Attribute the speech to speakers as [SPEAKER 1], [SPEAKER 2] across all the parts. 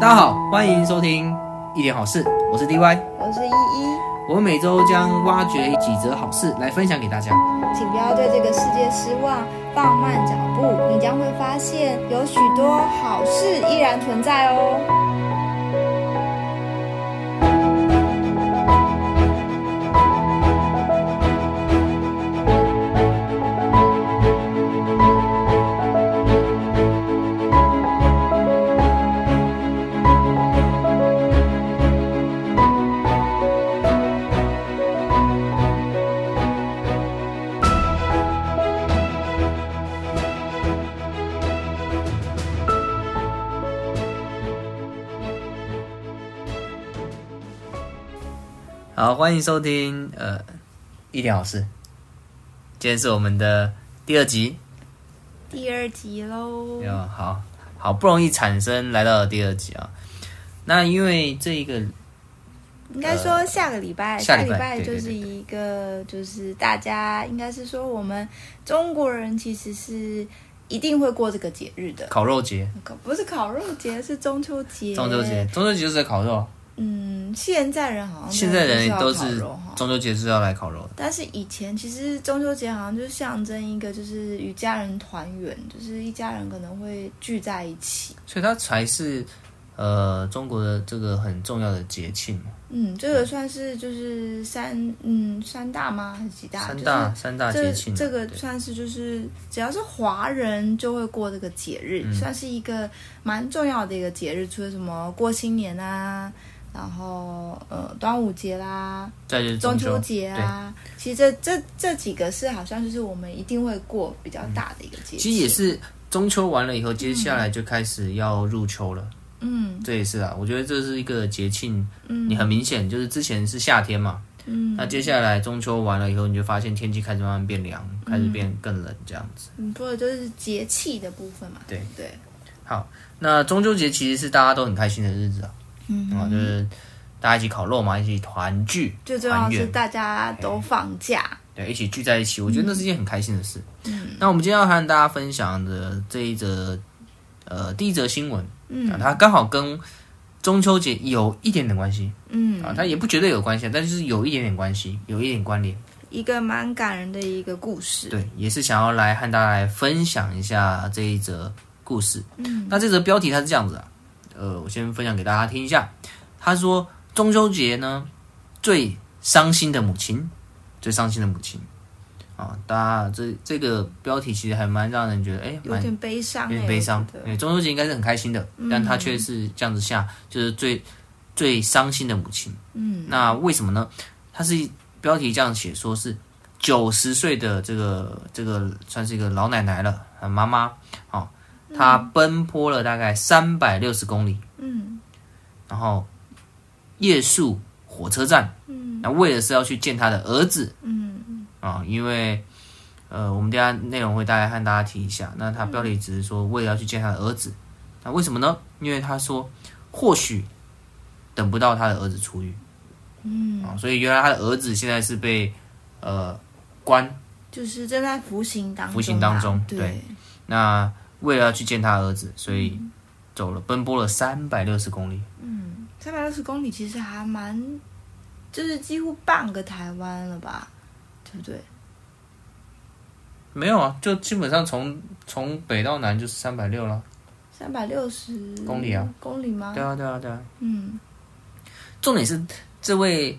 [SPEAKER 1] 大家好，欢迎收听一点好事，我是 DY，
[SPEAKER 2] 我是依依，
[SPEAKER 1] 我们每周将挖掘几则好事来分享给大家。
[SPEAKER 2] 请不要对这个世界失望，放慢脚步，你将会发现有许多好事依然存在哦。
[SPEAKER 1] 好，欢迎收听呃一点好事，今天是我们的第二集，
[SPEAKER 2] 第二集喽
[SPEAKER 1] 有好好不容易产生来到了第二集啊。那因为这一个
[SPEAKER 2] 应该说下个礼拜，
[SPEAKER 1] 呃下礼
[SPEAKER 2] 礼
[SPEAKER 1] 拜
[SPEAKER 2] 拜
[SPEAKER 1] 对对
[SPEAKER 2] 就是
[SPEAKER 1] 对
[SPEAKER 2] 一个，就是大家应该是说我们中国人其实是一定会过这个节日的，
[SPEAKER 1] 烤肉节，
[SPEAKER 2] 可不是烤肉节，是中秋节。
[SPEAKER 1] 中秋节，，中秋节就是在烤肉，啊
[SPEAKER 2] 嗯，现在人好像
[SPEAKER 1] 现在人
[SPEAKER 2] 没有
[SPEAKER 1] 都
[SPEAKER 2] 需要
[SPEAKER 1] 是
[SPEAKER 2] 烤肉哈
[SPEAKER 1] 中秋节是要来烤肉的。
[SPEAKER 2] 但是以前其实中秋节好像就象征一个，就是与家人团圆，就是一家人可能会聚在一起。
[SPEAKER 1] 所以它才是呃中国的这个很重要的节庆嘛，
[SPEAKER 2] 嗯，这个算是就是三嗯三大吗？还是几大？
[SPEAKER 1] 三大、三大
[SPEAKER 2] 啊就是
[SPEAKER 1] 节庆啊、
[SPEAKER 2] 这个
[SPEAKER 1] 对
[SPEAKER 2] 算是就是只要是华人就会过这个节日，
[SPEAKER 1] 嗯
[SPEAKER 2] 算是一个蛮重要的一个节日。除了什么过新年啊，然后呃端午节啦、
[SPEAKER 1] 再就是中
[SPEAKER 2] 中秋
[SPEAKER 1] 秋
[SPEAKER 2] 节啊，其实这这这几个是好像就是我们一定会过比较大的一个节日。
[SPEAKER 1] 其实也是中秋完了以后，接下来就开始要入秋了，
[SPEAKER 2] 嗯
[SPEAKER 1] 这也是啊。我觉得这是一个节庆，
[SPEAKER 2] 嗯
[SPEAKER 1] 你很明显就是之前是夏天嘛，
[SPEAKER 2] 嗯，
[SPEAKER 1] 那接下来中秋完了以后，你就发现天气开始慢慢变凉，
[SPEAKER 2] 嗯
[SPEAKER 1] 开始变更冷这样子。
[SPEAKER 2] 你说的就是节气的部分嘛，
[SPEAKER 1] 对
[SPEAKER 2] 不对，
[SPEAKER 1] 那中秋节其实是大家都很开心的日子啊，
[SPEAKER 2] 嗯
[SPEAKER 1] 啊、就是大家一起烤肉嘛，一起团聚，
[SPEAKER 2] 最重要
[SPEAKER 1] 团
[SPEAKER 2] 是
[SPEAKER 1] 圆
[SPEAKER 2] 大家都放假，
[SPEAKER 1] 对，一起聚在一起，我觉得那是一件很开心的事。
[SPEAKER 2] 嗯
[SPEAKER 1] 那我们今天要和大家分享的这一则，呃，第一则新闻，
[SPEAKER 2] 嗯
[SPEAKER 1] 啊，它刚好跟中秋节有一点点关系
[SPEAKER 2] 嗯，
[SPEAKER 1] 啊，它也不绝对有关系，但就是有一点点关系，有一点关联。
[SPEAKER 2] 一个蛮感人的一个故事，
[SPEAKER 1] 对，也是想要来和大家来分享一下这一则故事。嗯，那这则标题它是这样子啊，呃，我先分享给大家听一下。他说中秋节呢，最伤心的母亲，最伤心的母亲啊，大家这这个标题其实还蛮让人觉得哎，
[SPEAKER 2] 有
[SPEAKER 1] 蛮
[SPEAKER 2] 点悲伤、
[SPEAKER 1] 有
[SPEAKER 2] 欸，
[SPEAKER 1] 点悲伤
[SPEAKER 2] 我觉。得嗯
[SPEAKER 1] 因为中秋节应该是很开心的，但他却是这样子下，就是最最伤心的母亲。
[SPEAKER 2] 嗯
[SPEAKER 1] 那为什么呢？它是标题这样写，说是九十岁的这个这个算是一个老奶奶了，啊妈妈哦，她奔波了大概三百六十公里，
[SPEAKER 2] 嗯
[SPEAKER 1] 然后夜宿火车站，
[SPEAKER 2] 嗯
[SPEAKER 1] 那为的是要去见她的儿子
[SPEAKER 2] 嗯
[SPEAKER 1] 啊、因为。呃，我们等一下内容会大概和大家提一下。那她标题只是说为了要去见她的儿子，那为什么呢？因为她说或许等不到她的儿子出狱，
[SPEAKER 2] 嗯，
[SPEAKER 1] 啊，所以原来他的儿子现在是被呃关，
[SPEAKER 2] 就是正在服刑当中啊，
[SPEAKER 1] 服刑当中
[SPEAKER 2] 对
[SPEAKER 1] 对，那为了要去见他儿子，所以
[SPEAKER 2] 嗯
[SPEAKER 1] 走了奔波了三百六十公里，
[SPEAKER 2] 三百六十公里其实还蛮，就是几乎半个台湾了吧，对不对？
[SPEAKER 1] 没有啊，就基本上从从北到南就是三百六了。
[SPEAKER 2] 三百六十
[SPEAKER 1] 公里啊，
[SPEAKER 2] 公里吗？
[SPEAKER 1] 对啊，对啊，对啊。
[SPEAKER 2] 嗯
[SPEAKER 1] 重点是这位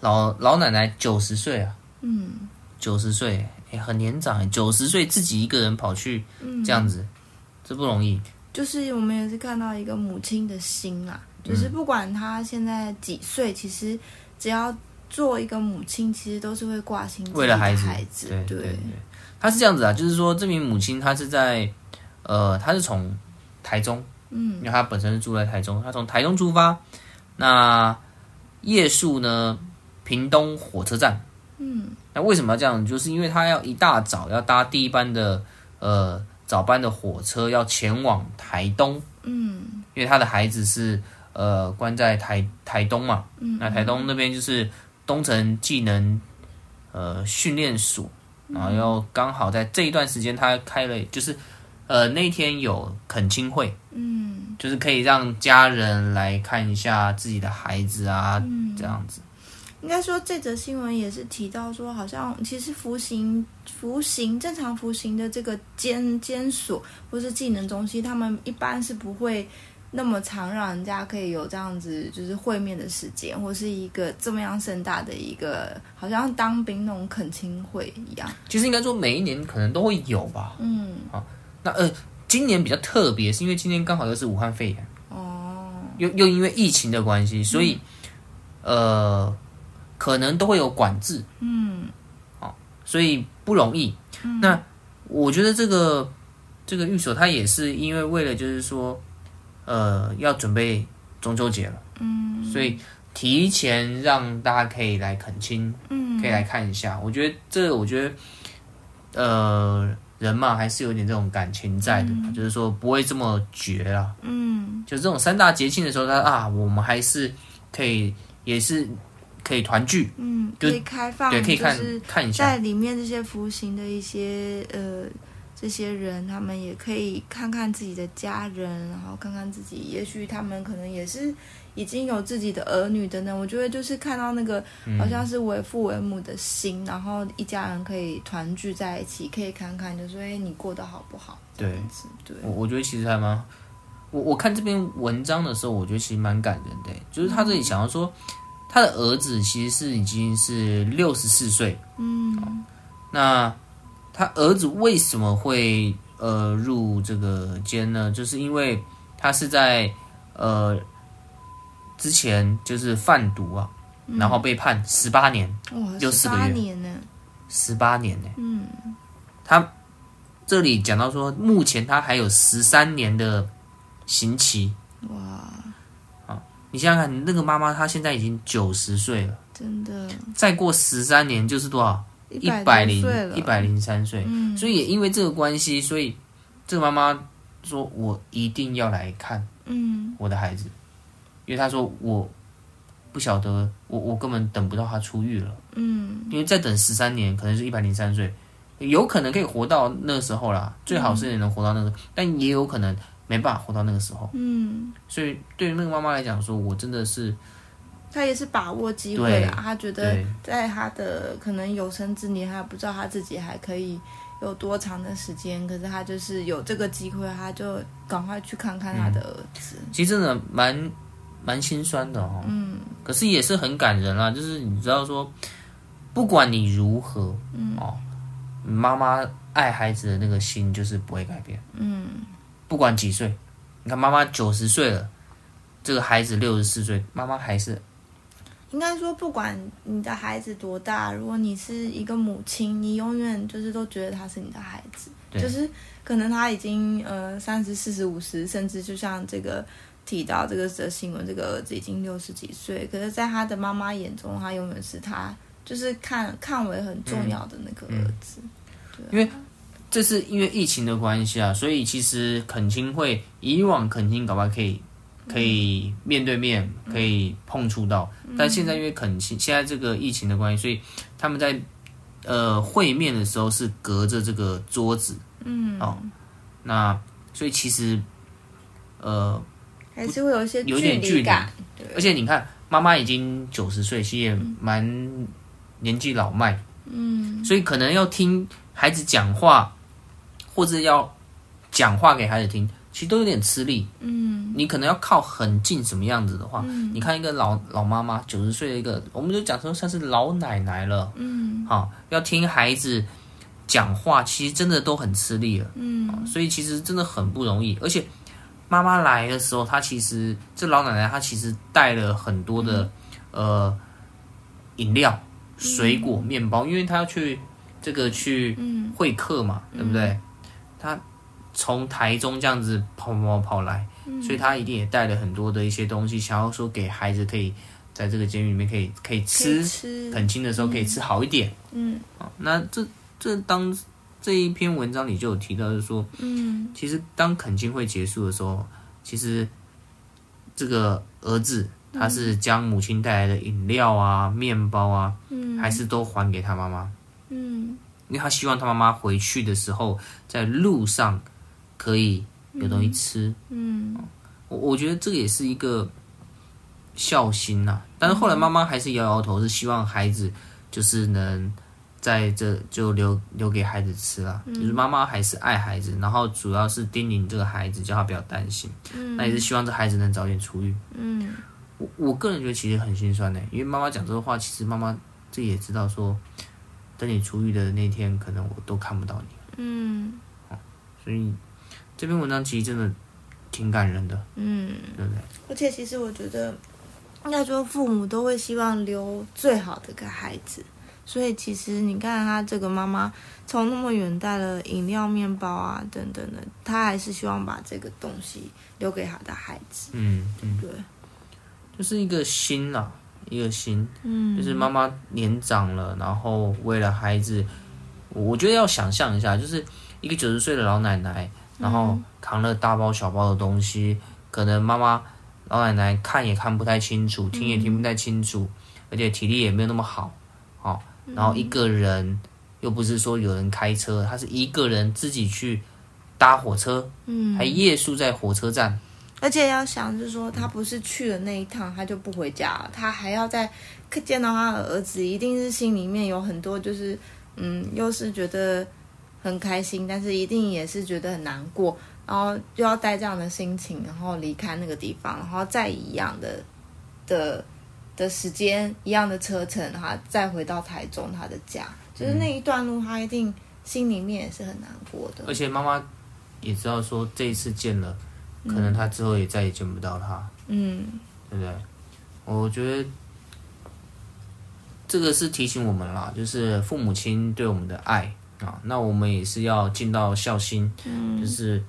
[SPEAKER 1] 老老奶奶九十岁啊，
[SPEAKER 2] 嗯
[SPEAKER 1] 九十岁也很年长，欸九十岁自己一个人跑去
[SPEAKER 2] 嗯，
[SPEAKER 1] 这样子，这不容易。
[SPEAKER 2] 就是我们也是看到一个母亲的心啊，就是不管她现在几岁，其实只要做一个母亲，其实都是会挂心自己
[SPEAKER 1] 为了
[SPEAKER 2] 的孩
[SPEAKER 1] 子，
[SPEAKER 2] 子
[SPEAKER 1] 对
[SPEAKER 2] 对
[SPEAKER 1] 对。他是这样子啊，就是说这名母亲她是在，呃，她是从台中，嗯，因为她本身是住在台中，她从台中出发，那夜宿呢屏东火车站，嗯，那为什么要这样？就是因为她要一大早要搭第一班的呃早班的火车要前往台东，嗯，因为她的孩子是呃关在台台东嘛，嗯，那台东那边就是东城技能呃训练所。然后又刚好在这一段时间，他开了，就是呃那天有恳亲会，
[SPEAKER 2] 嗯
[SPEAKER 1] 就是可以让家人来看一下自己的孩子啊，这样子。
[SPEAKER 2] 应该说，这则新闻也是提到说，好像其实服刑、服刑正常服刑的这个监监所或是技能中心，他们一般是不会那么常让人家可以有这样子就是会面的时间，或是一个这么样盛大的一个，好像当兵那种恳亲会一样。
[SPEAKER 1] 其实应该说每一年可能都会有吧。
[SPEAKER 2] 嗯，
[SPEAKER 1] 那呃，今年比较特别，是因为今年刚好又是武汉肺炎，
[SPEAKER 2] 哦，嗯
[SPEAKER 1] 又又因为疫情的关系，所以、呃，可能都会有管制，
[SPEAKER 2] 嗯
[SPEAKER 1] 所以不容易。那我觉得这个这个寓所，它也是因为为了就是说，呃，要准备中秋节了，
[SPEAKER 2] 嗯
[SPEAKER 1] 所以提前让大家可以来恳亲，
[SPEAKER 2] 嗯，
[SPEAKER 1] 可以来看一下。我觉得这，我觉得，呃，人嘛还是有点这种感情在的，就是说不会这么绝啦。
[SPEAKER 2] 嗯
[SPEAKER 1] 就这种三大节庆的时候，他啊，我们还是可以，也是可以团聚，
[SPEAKER 2] 嗯，
[SPEAKER 1] 就
[SPEAKER 2] 可以开放，
[SPEAKER 1] 对，可以看、
[SPEAKER 2] 就是
[SPEAKER 1] 看一下，
[SPEAKER 2] 在里面这些服刑的一些呃这些人，他们也可以看看自己的家人，然后看看自己，也许他们可能也是已经有自己的儿女等等。我觉得就是看到那个
[SPEAKER 1] 嗯
[SPEAKER 2] 好像是为父为母的心，然后一家人可以团聚在一起，可以看看，就说哎你过得好不好？
[SPEAKER 1] 对
[SPEAKER 2] 这样子对，
[SPEAKER 1] 我我觉得其实还蛮，我我看这篇文章的时候，我觉得其实蛮感人的，欸就是他这里想要说，他的儿子其实是已经是六十四岁，哦
[SPEAKER 2] 嗯
[SPEAKER 1] 那他儿子为什么会呃入这个监呢？就是因为他是在呃之前就是贩毒啊，
[SPEAKER 2] 嗯
[SPEAKER 1] 然后被判十八年，
[SPEAKER 2] 哇，
[SPEAKER 1] 有四
[SPEAKER 2] 十
[SPEAKER 1] 个
[SPEAKER 2] 八
[SPEAKER 1] 月
[SPEAKER 2] 年呢，
[SPEAKER 1] 十八年呢、
[SPEAKER 2] 嗯
[SPEAKER 1] 他这里讲到说，目前他还有十三年的刑期。啊
[SPEAKER 2] 哇，
[SPEAKER 1] 你想想看，那个妈妈她现在已经九十岁了，
[SPEAKER 2] 真的
[SPEAKER 1] 再过十三年就是多少？一百零
[SPEAKER 2] 岁了，
[SPEAKER 1] 一百零三岁。
[SPEAKER 2] 嗯，
[SPEAKER 1] 所以也因为这个关系，所以这个妈妈说：“我一定要来看
[SPEAKER 2] 嗯
[SPEAKER 1] 我的孩子，因为她说我不晓得，我我根本等不到他出狱了，
[SPEAKER 2] 嗯
[SPEAKER 1] 因为再等十三年，可能是一百零三岁，有可能可以活到那时候啦，最好是能活到那个，但也有可能没办法活到那个时候。
[SPEAKER 2] 嗯。
[SPEAKER 1] 所以对于那个妈妈来讲，说我真的是
[SPEAKER 2] 他也是把握机会啦
[SPEAKER 1] 对，
[SPEAKER 2] 他觉得
[SPEAKER 1] 对
[SPEAKER 2] 在他的可能有生之年，他不知道他自己还可以有多长的时间，可是他就是有这个机会，他就赶快去看看他的儿子。
[SPEAKER 1] 其实真的蛮蛮心酸的哦。嗯，可是也是很感人啦，就是你知道说，不管你如何，嗯哦，妈妈爱孩子的那个心就是不会改变，
[SPEAKER 2] 嗯
[SPEAKER 1] 不管几岁。你看妈妈九十岁了，这个孩子六十四岁，妈妈还是
[SPEAKER 2] 应该说，不管你的孩子多大，如果你是一个母亲，你永远就是都觉得他是你的孩子，
[SPEAKER 1] 对
[SPEAKER 2] 就是可能他已经呃三十四十五十，甚至就像这个提到这个则新闻，这个儿子已经六十几岁，可是在他的妈妈眼中，他永远是他就是看看为很重要的那个儿子。
[SPEAKER 1] 因为这是因为疫情的关系啊，所以其实恳亲会以往恳亲搞不好可以可以面对面可以碰触到，但现在因为恳亲现在这个疫情的关系，所以他们在呃会面的时候是隔着这个桌子，
[SPEAKER 2] 嗯，
[SPEAKER 1] 哦那所以其实呃，
[SPEAKER 2] 还是会有一些
[SPEAKER 1] 有点距离
[SPEAKER 2] 感。
[SPEAKER 1] 而且你看妈妈已经九十岁，其实也蛮年纪老迈，
[SPEAKER 2] 嗯
[SPEAKER 1] 所以可能要听孩子讲话，或者要讲话给孩子听，其实都有点吃力。
[SPEAKER 2] 嗯
[SPEAKER 1] 你可能要靠很近什么样子的话，
[SPEAKER 2] 嗯
[SPEAKER 1] 你看一个老老妈妈九十岁的一个，我们就讲说像是老奶奶了，
[SPEAKER 2] 嗯
[SPEAKER 1] 哈、要听孩子讲话，其实真的都很吃力了，哦
[SPEAKER 2] 嗯
[SPEAKER 1] 所以其实真的很不容易。而且妈妈来的时候，她其实这老奶奶她其实带了很多的、
[SPEAKER 2] 嗯
[SPEAKER 1] 呃饮料、水果、面包，因为她要去这个去
[SPEAKER 2] 嗯
[SPEAKER 1] 会客嘛，对不对？他从台中这样子跑跑跑来，
[SPEAKER 2] 嗯
[SPEAKER 1] 所以他一定也带了很多的一些东西，想要说给孩子可以在这个监狱里面可以可以
[SPEAKER 2] 可以
[SPEAKER 1] 吃，
[SPEAKER 2] 吃
[SPEAKER 1] 恳亲的时候可以吃好一点。
[SPEAKER 2] 嗯
[SPEAKER 1] 啊那这这当这一篇文章里就有提到，就是说，
[SPEAKER 2] 嗯
[SPEAKER 1] 其实当恳亲会结束的时候，其实这个儿子他是将母亲带来的饮料啊、面包啊，
[SPEAKER 2] 嗯
[SPEAKER 1] 还是都还给他妈妈。
[SPEAKER 2] 嗯
[SPEAKER 1] 因为他希望他妈妈回去的时候，在路上可以有东西吃。
[SPEAKER 2] 嗯
[SPEAKER 1] 我我觉得这个也是一个孝心呐、但是后来妈妈还是摇摇头，是希望孩子就是能在这就留留给孩子吃啦。就是妈妈还是爱孩子，然后主要是叮咛这个孩子，叫他不要担心。那也是希望这孩子能早点出狱。
[SPEAKER 2] 嗯
[SPEAKER 1] 我我个人觉得其实很心酸的，因为妈妈讲这个话，其实妈妈自己也知道说，等你出狱的那天，可能我都看不到你。
[SPEAKER 2] 嗯
[SPEAKER 1] 所以这篇文章其实真的挺感人的，
[SPEAKER 2] 嗯，
[SPEAKER 1] 对不对？
[SPEAKER 2] 而且其实我觉得，应该说父母都会希望留最好的给孩子，所以其实你看他这个妈妈从那么远带了饮料、面包啊等等的，他还是希望把这个东西留给他的孩子。
[SPEAKER 1] 嗯嗯，
[SPEAKER 2] 对，
[SPEAKER 1] 就是一个心啦，一个心，
[SPEAKER 2] 嗯，
[SPEAKER 1] 就是妈妈年长了，然后为了孩子，我我觉得要想象一下，就是一个九十岁的老奶奶，然后
[SPEAKER 2] 嗯
[SPEAKER 1] 扛了大包小包的东西，可能妈妈老奶奶看也看不太清楚，听也听不太清楚，
[SPEAKER 2] 嗯
[SPEAKER 1] 而且体力也没有那么好，哦，然后一个人又不是说有人开车，她是一个人自己去搭火车，
[SPEAKER 2] 嗯，
[SPEAKER 1] 还夜宿在火车站，
[SPEAKER 2] 而且要想是说，他不是去了那一趟，他就不回家了，他还要再见到他的儿子，一定是心里面有很多就是，嗯，又是觉得很开心，但是一定也是觉得很难过，然后就要带这样的心情，然后离开那个地方，然后再一样的的的时间，一样的车程，然后再回到台中他的家，就是那一段路，他一定心里面也是很难过的
[SPEAKER 1] 而。且妈妈也知道说这一次见了，可能她之后也再也见不到他，
[SPEAKER 2] 嗯
[SPEAKER 1] 对不对？我觉得这个是提醒我们啦，就是父母亲对我们的爱啊，那我们也是要尽到孝心，
[SPEAKER 2] 嗯
[SPEAKER 1] 就是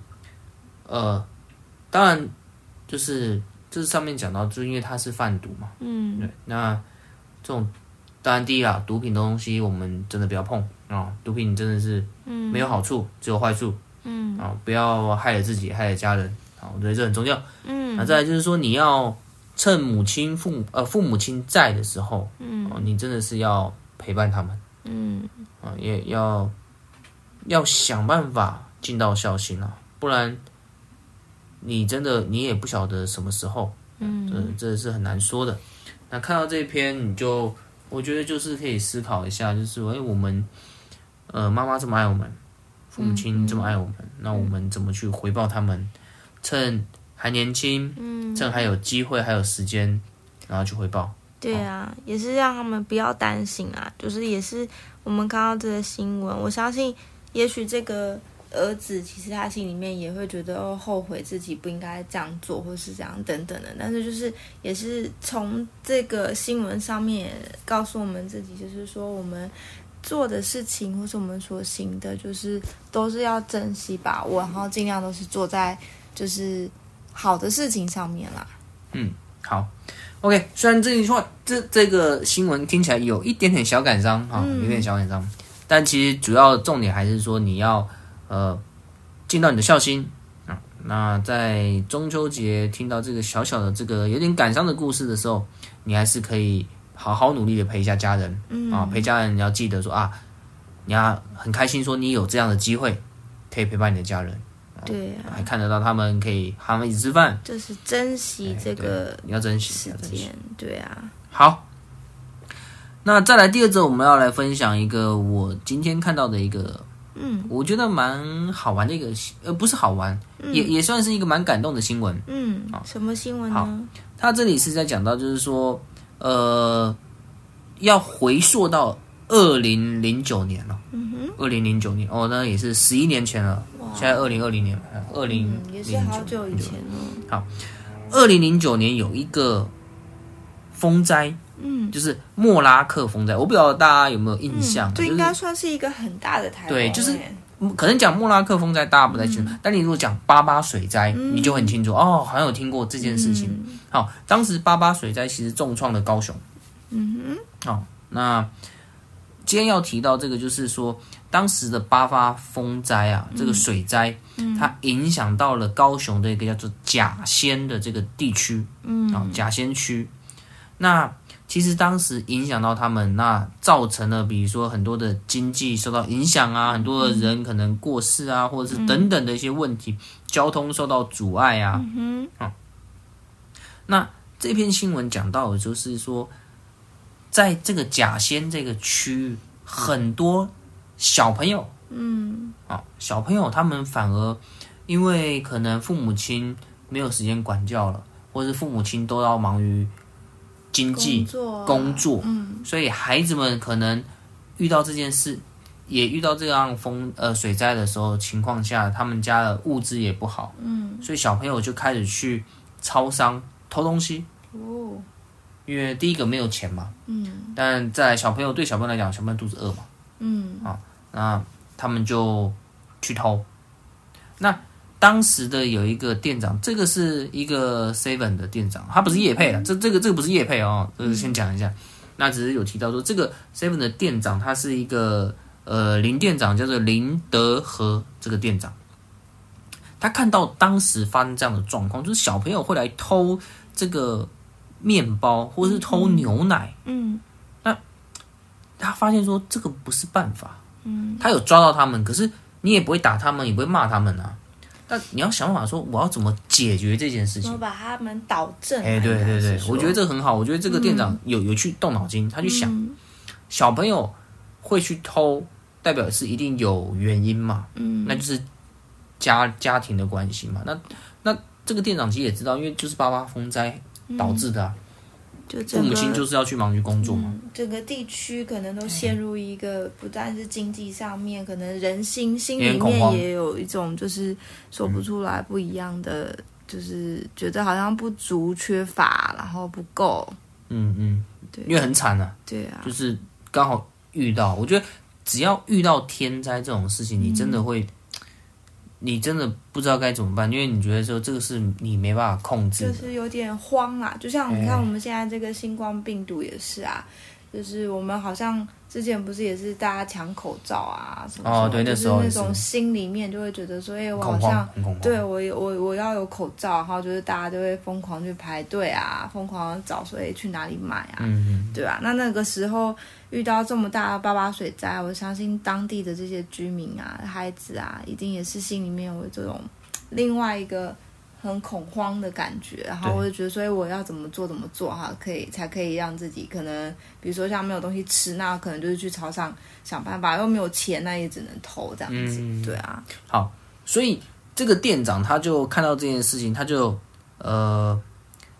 [SPEAKER 1] 呃，当然就是这上面讲到，就因为他是贩毒嘛，
[SPEAKER 2] 嗯
[SPEAKER 1] 对，那这种当然第一啦，毒品的东西我们真的不要碰啊、毒品真的是没有好处，只有坏处。嗯啊、不要害了自己，害了家人啊、我觉得这很重要。
[SPEAKER 2] 嗯
[SPEAKER 1] 那再来就是说，你要趁母亲、父母呃父母亲在的时候，嗯、你真的是要陪伴他们
[SPEAKER 2] 嗯
[SPEAKER 1] 啊、也要要想办法尽到孝心啊，不然你真的你也不晓得什么时候
[SPEAKER 2] 嗯
[SPEAKER 1] 嗯，这是很难说的。那看到这篇，你就我觉得就是可以思考一下，就是哎，我们呃妈妈这么爱我们，父母亲这么爱我们，那我们怎么去回报他们？趁还年轻，
[SPEAKER 2] 嗯，
[SPEAKER 1] 趁还有机会，还有时间，然后去回报。
[SPEAKER 2] 对啊，也是让他们不要担心啊，就是也是我们看到这个新闻，我相信也许这个儿子其实他心里面也会觉得哦后悔自己不应该这样做，或是这样等等的，但是就是也是从这个新闻上面也告诉我们自己，就是说我们。做的事情或是我们所行的，就是都是要珍惜把握，然后尽量都是做在就是好的事情上面啦。
[SPEAKER 1] 好，OK。虽然这句话这这个新闻听起来有一点点小感伤哈、有
[SPEAKER 2] 嗯
[SPEAKER 1] 点小感伤，但其实主要重点还是说你要呃尽到你的孝心啊。那在中秋节听到这个小小的这个有点感伤的故事的时候，你还是可以好好努力的陪一下家人、
[SPEAKER 2] 嗯
[SPEAKER 1] 啊，陪家人你要记得说啊，你要很开心说你有这样的机会可以陪伴你的家人，
[SPEAKER 2] 对啊，
[SPEAKER 1] 还看得到他们可以喊他们一起吃饭，哎
[SPEAKER 2] 就是珍惜这个
[SPEAKER 1] 你要珍惜，
[SPEAKER 2] 时
[SPEAKER 1] 要珍惜。
[SPEAKER 2] 间，对啊，
[SPEAKER 1] 好，那再来第二则，我们要来分享一个我今天看到的一个，
[SPEAKER 2] 嗯，
[SPEAKER 1] 我觉得蛮好玩的一个新，呃，不是好玩，也也算是一个蛮感动的新闻。
[SPEAKER 2] 嗯，什么新闻呢？嗯
[SPEAKER 1] 他这里是在讲到，就是说，呃，要回溯到二零零九年了，
[SPEAKER 2] 嗯
[SPEAKER 1] 二零零九年哦，那也是十一年前了，现在二零二零年，二
[SPEAKER 2] 哼，
[SPEAKER 1] 零
[SPEAKER 2] 嗯，也
[SPEAKER 1] 零
[SPEAKER 2] 是好久以前了，
[SPEAKER 1] 二零零九年有一个风灾，
[SPEAKER 2] 嗯，
[SPEAKER 1] 就是莫拉克风灾，我不知道大家有没有印象，
[SPEAKER 2] 这
[SPEAKER 1] 就
[SPEAKER 2] 应
[SPEAKER 1] 是
[SPEAKER 2] 该算是一个很大的台风
[SPEAKER 1] 对就是
[SPEAKER 2] 欸
[SPEAKER 1] 可能讲莫拉克风灾大家不太清
[SPEAKER 2] 嗯
[SPEAKER 1] 楚，但你如果讲八八水灾，你就很清楚哦，好像有听过这件事情。好，当时八八水灾其实重创了高雄。
[SPEAKER 2] 嗯
[SPEAKER 1] 哦，那今天要提到这个，就是说当时的八八风灾啊，这个水灾，它影响到了高雄的一个叫做甲仙的这个地区，嗯，哦，甲仙区。那其实当时影响到他们，那造成了比如说很多的经济受到影响啊，很多的人可能过世啊，或者是等等的一些问题，交通受到阻碍啊，
[SPEAKER 2] 哼，嗯哼，
[SPEAKER 1] 那这篇新闻讲到的就是说，在这个甲仙这个区域，很多小朋友，嗯，啊，小朋友他们反而因为可能父母亲没有时间管教了，或是父母亲都要忙于经济
[SPEAKER 2] 工、作啊、
[SPEAKER 1] 工作
[SPEAKER 2] 嗯，
[SPEAKER 1] 所以孩子们可能遇到这件事，也遇到这样风呃水灾的时候情况下，他们家的物资也不好，嗯，所以小朋友就开始去超商偷东西，
[SPEAKER 2] 哦，
[SPEAKER 1] 因为第一个没有钱嘛，嗯，但在小朋友对小朋友来讲，小朋友肚子饿嘛，
[SPEAKER 2] 嗯，
[SPEAKER 1] 那他们就去偷。那当时的有一个店长，这个是一个 Seven 的店长，他不是叶配啊，这这个这个不是叶配哦，这个先讲一下。那只是有提到说，这个 Seven 的店长他是一个呃林店长，叫做林德和这个店长。他看到当时发生这样的状况，就是小朋友会来偷这个面包或是偷牛奶，
[SPEAKER 2] 嗯，
[SPEAKER 1] 他发现说这个不是办法，嗯，他有抓到他们，可是你也不会打他们，也不会骂他们啊。但你要想办法说我要怎么解决这件事
[SPEAKER 2] 然
[SPEAKER 1] 情
[SPEAKER 2] 后。把他们导正。啊
[SPEAKER 1] 哎，对对对
[SPEAKER 2] 应该是，说
[SPEAKER 1] 我觉得这个很好，我觉得这个店长有、有去动脑筋，他去想、
[SPEAKER 2] 嗯
[SPEAKER 1] 小朋友会去偷，代表是一定有原因嘛，
[SPEAKER 2] 嗯，
[SPEAKER 1] 那就是家家庭的关系嘛。那那这个店长其实也知道，因为就是八八风灾导致的、啊，
[SPEAKER 2] 就
[SPEAKER 1] 父
[SPEAKER 2] 整
[SPEAKER 1] 母
[SPEAKER 2] 个
[SPEAKER 1] 亲就是要去忙于工作嘛。
[SPEAKER 2] 嗯，整个地区可
[SPEAKER 1] 嗯
[SPEAKER 2] 能都陷入一个不但是经济上面，可能人心心
[SPEAKER 1] 也很
[SPEAKER 2] 里
[SPEAKER 1] 恐慌嗯
[SPEAKER 2] 面也有一种就是说不出来不一样的，就是觉得好像不足、缺乏，然后不够。
[SPEAKER 1] 嗯嗯，
[SPEAKER 2] 对
[SPEAKER 1] 因为很惨啊。
[SPEAKER 2] 对啊，
[SPEAKER 1] 就是刚好遇到。我觉得只要遇到天灾这种事情，你
[SPEAKER 2] 嗯
[SPEAKER 1] 真的会，你真的不知道该怎么办，因为你觉得说这个是你没办法控制
[SPEAKER 2] 就
[SPEAKER 1] 的。
[SPEAKER 2] 是有点慌啦。就像你
[SPEAKER 1] 哎
[SPEAKER 2] 看我们现在这个新冠病毒也是啊，就是我们好像之前不是也是大家抢口罩啊什么
[SPEAKER 1] 哦
[SPEAKER 2] 什么
[SPEAKER 1] 对那
[SPEAKER 2] 就
[SPEAKER 1] 时
[SPEAKER 2] 是
[SPEAKER 1] 候也
[SPEAKER 2] 那
[SPEAKER 1] 是
[SPEAKER 2] 种心里面就会觉得说，哎、我好
[SPEAKER 1] 恐
[SPEAKER 2] 像
[SPEAKER 1] 慌，很恐慌。嗯
[SPEAKER 2] 对我有我我要有口罩，然后就是大家就会疯狂去排队啊，疯狂地找说诶去哪里买啊，
[SPEAKER 1] 嗯，嗯
[SPEAKER 2] 对吧、那那个时候遇到这么大的八八水灾，我相信当地的这些居民啊、孩子啊，一定也是心里面有这种另外一个很恐慌的感觉。然后
[SPEAKER 1] 对
[SPEAKER 2] 我就觉得，所以我要怎么做怎么做哈，可以才可以让自己可能，比如说像没有东西吃，那可能就是去超商想办法，又没有钱，那也只能偷这样子。
[SPEAKER 1] 嗯
[SPEAKER 2] 对啊，
[SPEAKER 1] 好，所以这个店长他就看到这件事情，他就呃，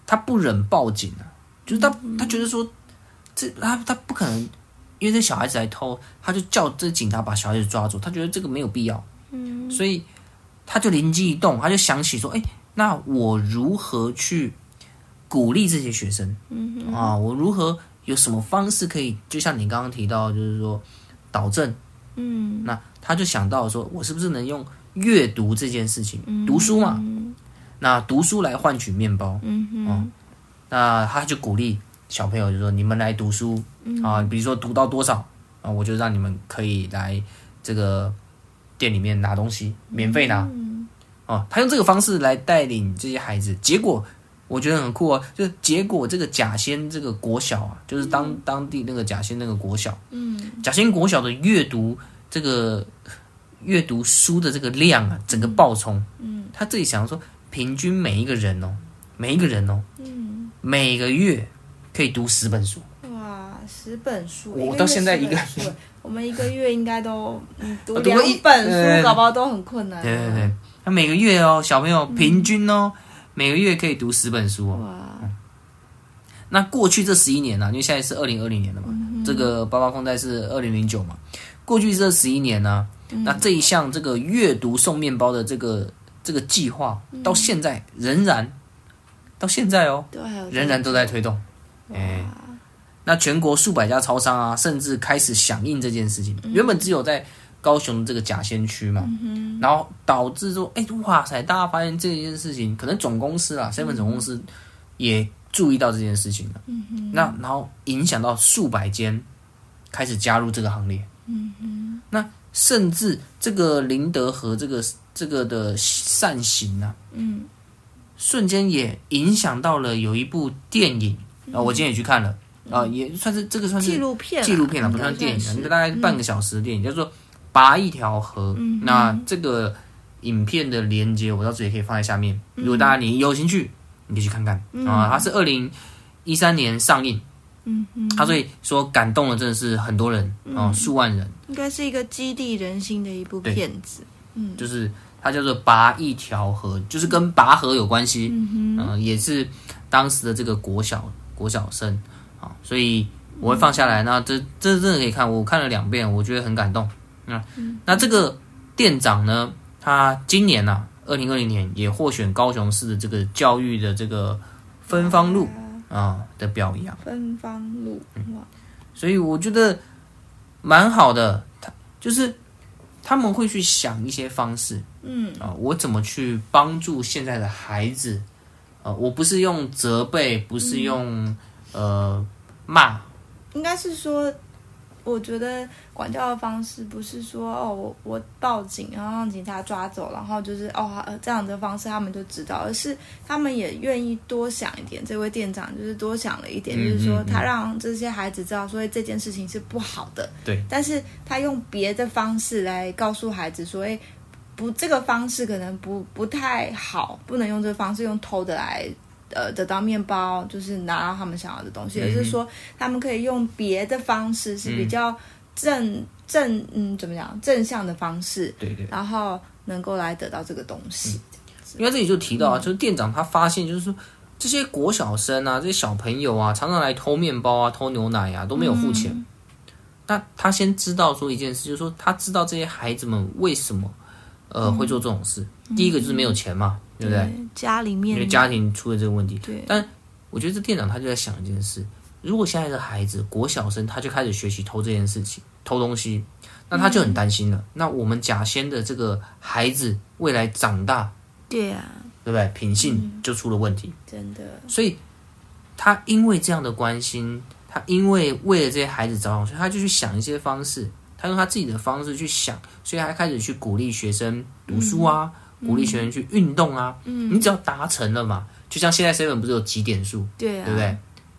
[SPEAKER 1] 他不忍报警啊，就是他
[SPEAKER 2] 嗯
[SPEAKER 1] 他觉得说这他他不可能。因为这小孩子来偷，他就叫这警察把小孩子抓住，他觉得这个没有必要，
[SPEAKER 2] 嗯
[SPEAKER 1] 所以他就灵机一动，他就想起说：“哎，那我如何去鼓励这些学生
[SPEAKER 2] 嗯哼
[SPEAKER 1] 啊？我如何有什么方式可以？就像你刚刚提到，就是说导正，
[SPEAKER 2] 嗯。
[SPEAKER 1] 那他就想到说，我是不是能用阅读这件事情，
[SPEAKER 2] 嗯
[SPEAKER 1] 读书嘛，那读书来换取面包。
[SPEAKER 2] 嗯哼，
[SPEAKER 1] 那他就鼓励小朋友就说：你们来读书啊，比如说读到多少啊，我就让你们可以来这个店里面拿东西，免费
[SPEAKER 2] 嗯
[SPEAKER 1] 拿。哦，他用这个方式来带领这些孩子，结果我觉得很酷哦，就是结果这个甲仙这个国小啊，就是当、当地那个甲仙那个国小，
[SPEAKER 2] 嗯，
[SPEAKER 1] 甲仙国小的阅读这个阅读书的这个量啊，整个爆冲，嗯，他自己想说，平均每一个人哦，每一个人哦，嗯，每个月可以读十本书，
[SPEAKER 2] 哇，十本书，
[SPEAKER 1] 我
[SPEAKER 2] 个
[SPEAKER 1] 到
[SPEAKER 2] 月
[SPEAKER 1] 现在
[SPEAKER 2] 十
[SPEAKER 1] 一个啊
[SPEAKER 2] 本书，我们一个月应该都嗯读
[SPEAKER 1] 我读
[SPEAKER 2] 两
[SPEAKER 1] 过一
[SPEAKER 2] 本
[SPEAKER 1] 呃
[SPEAKER 2] 书，搞不好都很困难。啊
[SPEAKER 1] 对对对，他每个月哦，小朋友平均哦，每个月可以读十本书哦，
[SPEAKER 2] 哇，
[SPEAKER 1] 那过去这十一年呢、啊因为现在是二零二零年了嘛，这个八八风灾是二零零九嘛，过去这十一年呢、那这一项这个阅读送面包的这个这个计划，到现在仍然、到现在哦，
[SPEAKER 2] 都还有
[SPEAKER 1] 仍然都在推动。哎，那全国数百家超商啊，甚至开始响应这件事情。原本只有在高雄这个甲仙区嘛，然后导致说，哎、哇塞，大家发现这件事情，可能总公司啊，seven 总公司也注意到这件事情了。那然后影响到数百间开始加入这个行列。那甚至这个林德和这个这个的善行啊，瞬间也影响到了有一部电影啊、我今天也去看了啊、也算是这个算
[SPEAKER 2] 嗯纪
[SPEAKER 1] 是
[SPEAKER 2] 录片啊，
[SPEAKER 1] 纪录片了，不
[SPEAKER 2] 应该
[SPEAKER 1] 算电影了，
[SPEAKER 2] 是嗯
[SPEAKER 1] 大概半个小时的电影，叫做《拔一条河》。
[SPEAKER 2] 嗯
[SPEAKER 1] 那这个影片的连接，我到这里可以放在下面，如果大家你有兴趣，你可以去看看啊、它是二零一三年上映，
[SPEAKER 2] 嗯嗯，
[SPEAKER 1] 它所以说感动了真的是很多人啊、数万人，
[SPEAKER 2] 应该是一个激励人心的一部
[SPEAKER 1] 对
[SPEAKER 2] 片子。嗯
[SPEAKER 1] 就是它叫做《拔一条河》，就是跟拔河有关系，
[SPEAKER 2] 嗯
[SPEAKER 1] 嗯、也是当时的这个国小国小生啊、所以我会放下来。那这这真的可以看，我看了两遍，我觉得很感动。那、那这个店长呢，他今年呐、啊，二零二零年也获选高雄市的这个教育的这个芬芳路嗯
[SPEAKER 2] 啊
[SPEAKER 1] 啊、的表扬，
[SPEAKER 2] 芬芳路哇，
[SPEAKER 1] 所以我觉得蛮好的。他就是他们会去想一些方式，
[SPEAKER 2] 嗯
[SPEAKER 1] 啊、我怎么去帮助现在的孩子？啊，我不是用责备，不是用、呃骂，
[SPEAKER 2] 应该是说，我觉得管教的方式不是说哦，我我报警，然后让警察抓走，然后就是哦呃这样的方式他们就知道，而是他们也愿意多想一点。这位店长就是多想了一点，
[SPEAKER 1] 嗯
[SPEAKER 2] 就
[SPEAKER 1] 嗯
[SPEAKER 2] 是说
[SPEAKER 1] 嗯
[SPEAKER 2] 他让这些孩子知道，所以这件事情是不好的。
[SPEAKER 1] 对，
[SPEAKER 2] 但是他用别的方式来告诉孩子说，哎。不，这个方式可能不不太好，不能用这个方式，用偷的来，呃，得到面包，就是拿到他们想要的东西，
[SPEAKER 1] 嗯
[SPEAKER 2] 而是说他们可以用别的方式，是比较正、正嗯怎么讲正向的方式，
[SPEAKER 1] 对对。
[SPEAKER 2] 然后能够来得到这个东西。
[SPEAKER 1] 因为这里就提到啊，就是店长他发现，就是说这些国小生啊，这些小朋友啊，常常来偷面包啊、偷牛奶啊，都没有付钱。那他先知道说一件事，就是说他知道这些孩子们为什么呃、会做这种事。第一个就是没有钱嘛，对不对？？
[SPEAKER 2] 家里
[SPEAKER 1] 因为
[SPEAKER 2] 嗯面
[SPEAKER 1] 家庭出了这个问题。
[SPEAKER 2] 对
[SPEAKER 1] 但我觉得这店长他就在想一件事：如果现在的孩子国小生他就开始学习偷这件事情、偷东西，那他就很担心了。那我们假先的这个孩子未来长大，
[SPEAKER 2] 对啊，
[SPEAKER 1] 对不对？品性
[SPEAKER 2] 嗯
[SPEAKER 1] 就出了问题。
[SPEAKER 2] 真的，
[SPEAKER 1] 所以他因为这样的关心，他因为为了这些孩子着想，所以他就去想一些方式，他用他自己的方式去想，所以他开始去鼓励学生读书啊，
[SPEAKER 2] 嗯
[SPEAKER 1] 鼓励学生去运动啊。嗯，你只要达成了嘛，就像现在 seven 不是有几点数，
[SPEAKER 2] 对啊，
[SPEAKER 1] 对不对？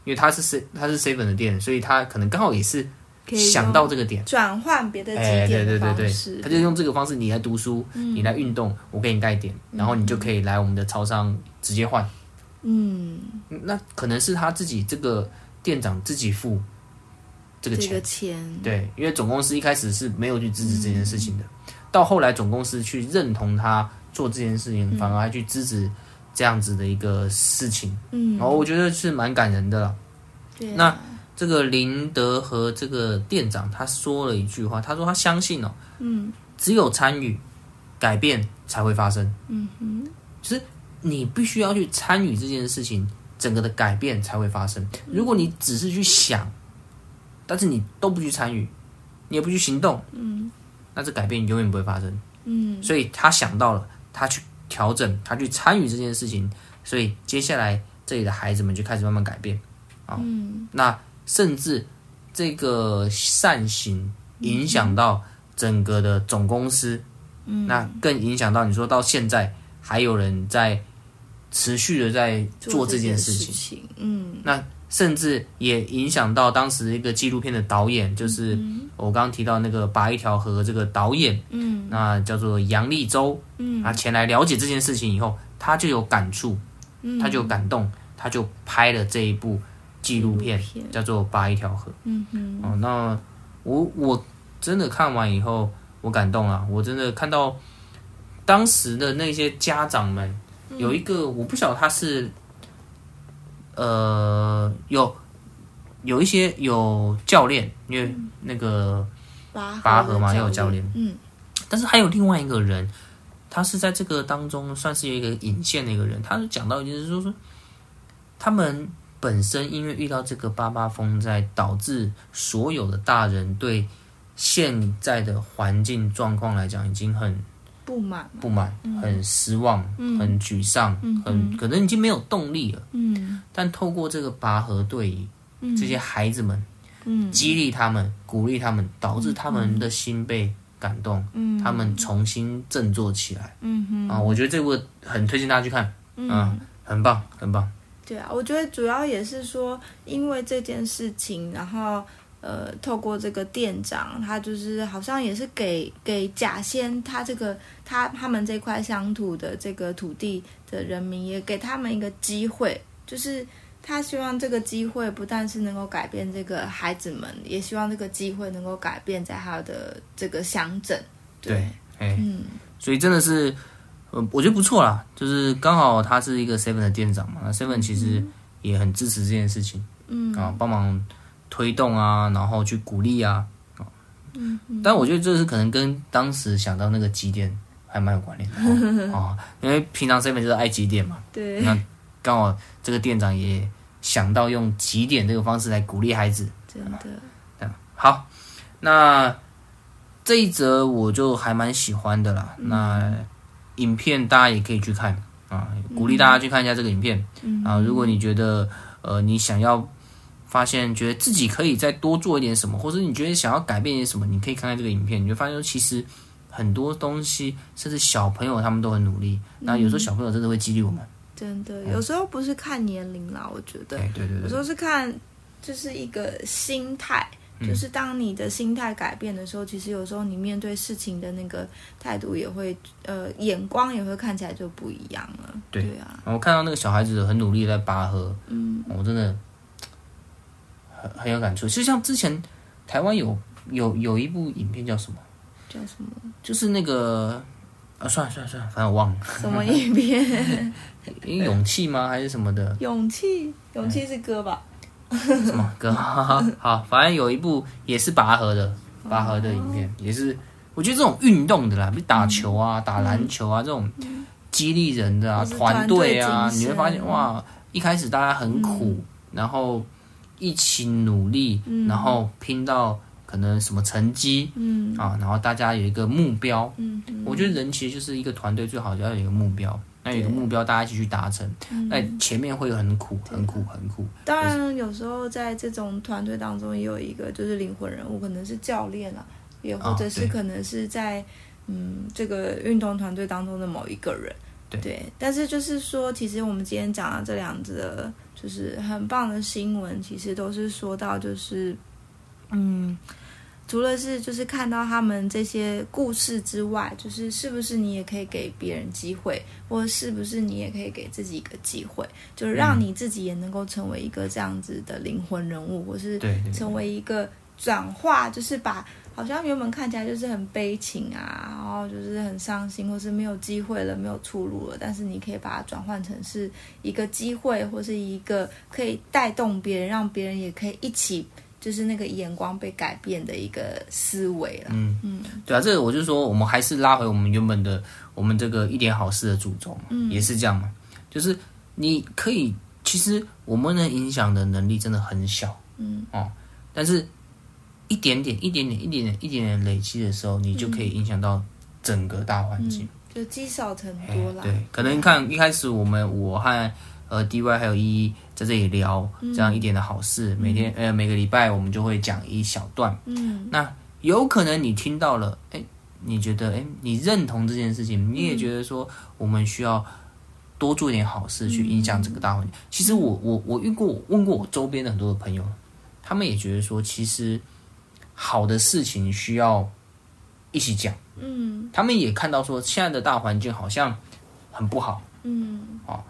[SPEAKER 1] 因为他是 C 他是 seven 的店，所以他可能刚好也是
[SPEAKER 2] 可以
[SPEAKER 1] 想到这个点
[SPEAKER 2] 用。转换别的
[SPEAKER 1] 哎，
[SPEAKER 2] 几
[SPEAKER 1] 对
[SPEAKER 2] 点
[SPEAKER 1] 对
[SPEAKER 2] 的
[SPEAKER 1] 对
[SPEAKER 2] 方
[SPEAKER 1] 对，
[SPEAKER 2] 式，嗯
[SPEAKER 1] 他就用这个方式，你来读书，你来运动，我给你带点，然后你就可以来我们的超商直接换。
[SPEAKER 2] 嗯，
[SPEAKER 1] 那可能是他自己这个店长自己付这个
[SPEAKER 2] 这
[SPEAKER 1] 钱，
[SPEAKER 2] 个钱，
[SPEAKER 1] 对，因为总公司一开始是没有去支持这件事情的，
[SPEAKER 2] 嗯
[SPEAKER 1] 到后来总公司去认同他做这件事
[SPEAKER 2] 嗯
[SPEAKER 1] 情，反而还去支持这样子的一个事情，
[SPEAKER 2] 嗯，
[SPEAKER 1] 然后我觉得是蛮感人的啦。
[SPEAKER 2] 对啊，
[SPEAKER 1] 那这个林德和这个店长他说了一句话，他说他相信哦，
[SPEAKER 2] 嗯
[SPEAKER 1] 只有参与，改变才会发生。
[SPEAKER 2] 嗯哼，
[SPEAKER 1] 你必须要去参与这件事情，整个的改变才会发生。如果你只是去想，但是你都不去参与，你也不去行动，嗯，那这改变永远不会发生。
[SPEAKER 2] 嗯，
[SPEAKER 1] 所以他想到了，他去调整，他去参与这件事情，所以接下来这里的孩子们就开始慢慢改变啊。嗯、那甚至这个善行影响到整个的总公司，嗯，那更影响到你说到现在还有人在持续的在做这件事情，
[SPEAKER 2] 情，嗯，
[SPEAKER 1] 甚至也影响到当时一个纪录片的导演，就是我刚刚提到那个《拔一条河》这个导演，嗯，那叫做杨立洲，嗯，他前来了解这件事情以后，他就有感触，嗯，他就有感动，他就拍了这一部纪录片，
[SPEAKER 2] 纪录片
[SPEAKER 1] 叫做《拔一条河》，嗯嗯，哦，那我我真的看完以后，我感动了，我真的看到当时的那些家长们，有一个我不晓得他是呃，有有一些有教练，因为那个，
[SPEAKER 2] 拔
[SPEAKER 1] 拔河嘛
[SPEAKER 2] 的
[SPEAKER 1] 也有教练，
[SPEAKER 2] 嗯
[SPEAKER 1] 但是还有另外一个人，他是在这个当中算是有一个引线的一个人，他是讲到就是说说，他们本身因为遇到这个八八风灾，导致所有的大人对现在的环境状况来讲已经很
[SPEAKER 2] 不满嘛，
[SPEAKER 1] 不满、很失望、很沮丧、很可能已经没有动力了。
[SPEAKER 2] 嗯
[SPEAKER 1] 但透过这个拔河队仪，
[SPEAKER 2] 嗯
[SPEAKER 1] 这些孩子们。
[SPEAKER 2] 嗯
[SPEAKER 1] 激励他们、鼓励他们，导致他们的心被感动，
[SPEAKER 2] 嗯
[SPEAKER 1] 他们重新振作起来。
[SPEAKER 2] 嗯哼，嗯
[SPEAKER 1] 啊，我觉得这部很推荐大家去看，啊，很棒，很棒。
[SPEAKER 2] 对啊，我觉得主要也是说，因为这件事情，然后呃，透过这个店长，他就是好像也是给给甲仙他这个他他们这块乡土的这个土地的人民，也给他们一个机会，就是他希望这个机会不但是能够改变这个孩子们，也希望这个机会能够改变在他的这个乡镇。
[SPEAKER 1] 对，哎，所以真的是，呃，我觉得不错啦，就是刚好他是一个 Seven 的店长嘛，那 Seven 其实也很支持这件事情，嗯，啊，帮忙推动啊，然后去鼓励啊，啊，嗯，但我觉得这是可能跟当时想到那个几点还蛮有关联的 哦啊，因为平常 Seven 就是爱几点嘛，
[SPEAKER 2] 对，
[SPEAKER 1] 那刚好这个店长也想到用几点这个方式来鼓励孩子，
[SPEAKER 2] 真的，
[SPEAKER 1] 好，那这一则我就还蛮喜欢的啦。那影片大家也可以去看啊，鼓励大家去看一下这个影片、啊。如果你觉得呃你想要发现，觉得自己可以再多做一点什么，或者你觉得想要改变一点什么，你可以看看这个影片，你会发现说其实。很多东西，甚至小朋友他们都很努力。那有时候小朋友真的会激励我们。
[SPEAKER 2] 真的，有时候不是看年龄啦，我觉得，
[SPEAKER 1] 哎对对
[SPEAKER 2] 有
[SPEAKER 1] 对
[SPEAKER 2] 时候是看就是一个心态，
[SPEAKER 1] 嗯
[SPEAKER 2] 就是当你的心态改变的时候，其实有时候你面对事情的那个态度也会，呃，眼光也会看起来就不一样了。
[SPEAKER 1] 对
[SPEAKER 2] 啊，
[SPEAKER 1] 然后看到那个小孩子很努力地在拔河，嗯，我真的很很有感触。就像之前台湾有有有一部影片叫什么，
[SPEAKER 2] 叫什么
[SPEAKER 1] 就是那个啊，算了算了算了，反正我忘 了，
[SPEAKER 2] 啊什么 影片？
[SPEAKER 1] 勇气吗还是什么的
[SPEAKER 2] 勇气，勇气是歌吧？
[SPEAKER 1] 什么歌？哦 好，反正有一部也是拔河的拔河的影片，也是我觉得这种运动的啦，比如打球啊、打篮球啊这种激励人的啊，
[SPEAKER 2] 或是
[SPEAKER 1] 团队啊
[SPEAKER 2] 团队，精
[SPEAKER 1] 你
[SPEAKER 2] 神
[SPEAKER 1] 会发现哇，一开始大家很苦，然后一起努力，然后拼到可能什么成绩，嗯啊，然后大家有一个目标，嗯，我觉得人其实就是一个团队，最好就要有一个目标。那有一个目标，大家一起去达成。那前面会有很苦、很苦、很苦，
[SPEAKER 2] 当然，有时候在这种团队当中，也有一个就是灵魂人物，可能是教练啊，也或者是
[SPEAKER 1] 对
[SPEAKER 2] 可能是在、嗯这个运动团队当中的某一个人。
[SPEAKER 1] 对
[SPEAKER 2] 但是就是说，其实我们今天讲的这两则就是很棒的新闻，其实都是说到就是嗯。除了是就是看到他们这些故事之外，就是是不是你也可以给别人机会，或者是不是你也可以给自己一个机会，就是让你自己也能够成为一个这样子的灵魂人物，或是
[SPEAKER 1] 对对对
[SPEAKER 2] 成为一个转化，就是把好像原本看起来就是很悲情啊，然后就是很伤心，或是没有机会了、没有出路了，但是你可以把它转换成是一个机会，或是一个可以带动别人，让别人也可以一起。就是那个眼光被改变的一个思维啦，
[SPEAKER 1] 嗯对啊，这个我就说，我们还是拉回我们原本的我们这个一点好事的主轴嘛，也是这样嘛，就是你可以，其实我们能影响的能力真的很小，嗯哦，但是一点点、一点点、一点点、一点点累积的时候，你就可以影响到整个大环境。
[SPEAKER 2] 嗯就积少成多啦。
[SPEAKER 1] 哎对，可能看一开始我们我和呃 DY 还有依依在这里聊
[SPEAKER 2] 嗯
[SPEAKER 1] 这样一点的好事，每天呃每个礼拜我们就会讲一小段，嗯，那有可能你听到了，哎，你觉得哎你认同这件事
[SPEAKER 2] 嗯
[SPEAKER 1] 情，你也觉得说我们需要。多做一点好事去影响整个大
[SPEAKER 2] 嗯
[SPEAKER 1] 环境。其实我我我遇过我问过我周边的很多的朋友，他们也觉得说，其实好的事情需要一起讲。嗯，他们也看到说现在的大环境好像很不好。嗯，哦，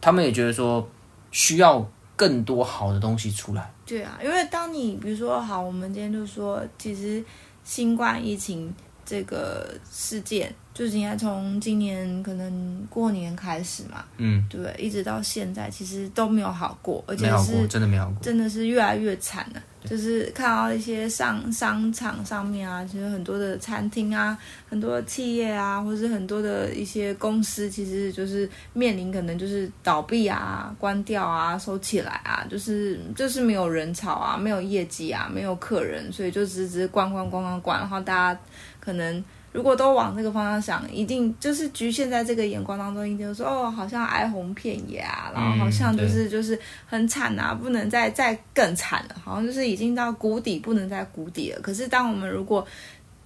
[SPEAKER 1] 他们也觉得说需要更多好的东西出来。
[SPEAKER 2] 对啊，因为当你比如说好，我们今天就说，其实新冠疫情这个事件，就是应该从今年可能过年开始嘛，
[SPEAKER 1] 嗯，
[SPEAKER 2] 对不对？一直到现在，其实都没有好过，而
[SPEAKER 1] 没
[SPEAKER 2] 且
[SPEAKER 1] 好过，
[SPEAKER 2] 是
[SPEAKER 1] 真的没好过。
[SPEAKER 2] 真的是越来越惨了。就是看到一些商商场上面啊，其实很多的餐厅啊，很多的企业啊，或是很多的一些公司，其实就是面临可能就是倒闭啊、关掉啊、收起来啊，就是就是没有人潮啊，没有业绩啊，没有客人，所以就只只是关关关关关，然后大家可能如果都往这个方向想，一定就是局限在这个眼光当中，一定就说哦，好像哀鸿遍野啊，然后好像就是、就是很惨啊，不能再再更惨了，好像就是已经到谷底，不能再谷底了。可是当我们如果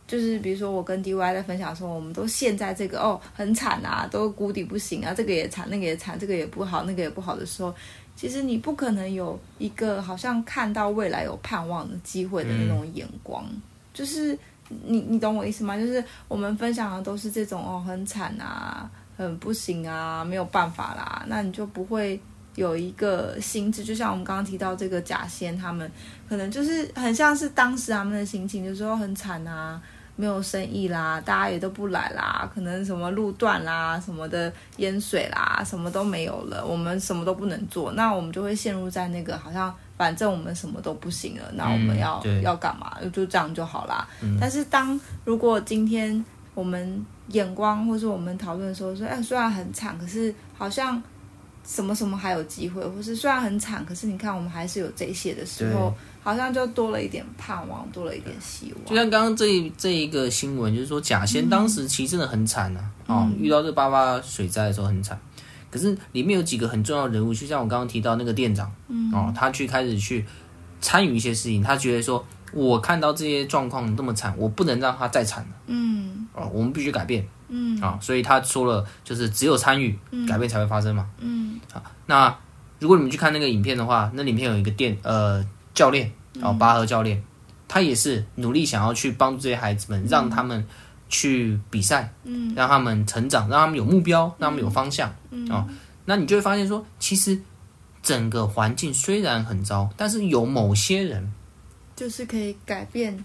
[SPEAKER 2] 就是比如说我跟 DY 在分享说，我们都陷在这个哦很惨啊，都谷底不行啊，这个也惨，那个也惨，这个也不好，那个也不好的时候，其实你不可能有一个好像看到未来有盼望的机会的那种眼光，就是你你懂我意思吗？就是我们分享的都是这种哦很惨啊，很不行啊，没有办法啦，那你就不会。有一个心智，就像我们刚刚提到这个贾仙，他们可能就是很像是当时啊他们的心情，就是说很惨啊，没有生意啦，大家也都不来啦，可能什么路段啦、什么的淹水啦，什么都没有了，我们什么都不能做，那我们就会陷入在那个好像反正我们什么都不行了，那我们要、
[SPEAKER 1] 对
[SPEAKER 2] 要干嘛？就这样就好啦。但是当如果今天我们眼光或是我们讨论说说，哎，虽然很惨，可是好像什么什么还有机会，或是虽然很惨，可是你看我们还是有这些的时候
[SPEAKER 1] 对，
[SPEAKER 2] 好像就多了一点盼望，多了一点希
[SPEAKER 1] 就
[SPEAKER 2] 望。
[SPEAKER 1] 像刚刚这一这一个新闻，就是说贾仙当时其实真的很惨啊，
[SPEAKER 2] 嗯
[SPEAKER 1] 哦，遇到这八八水灾的时候很惨。可是里面有几个很重要的人物，就像我刚刚提到那个店长，
[SPEAKER 2] 嗯
[SPEAKER 1] 哦，他去开始去参与一些事情，他觉得说，我看到这些状况这么惨，我不能让他再惨了，
[SPEAKER 2] 嗯
[SPEAKER 1] 哦，我们必须改变，
[SPEAKER 2] 嗯
[SPEAKER 1] 啊、所以他说了，就是只有参与，改变才会发生嘛。
[SPEAKER 2] 嗯
[SPEAKER 1] 那如果你们去看那个影片的话，那里面有一个店呃教练哦，
[SPEAKER 2] 嗯
[SPEAKER 1] 拔河教练，他也是努力想要去帮助这些孩子们，让他们去比赛，
[SPEAKER 2] 嗯，
[SPEAKER 1] 让他们成长，让他们有目标，让他们有方向，嗯哦，那你就会发现说，其实整个环境虽然很糟，但是有某些人，
[SPEAKER 2] 就是可以改变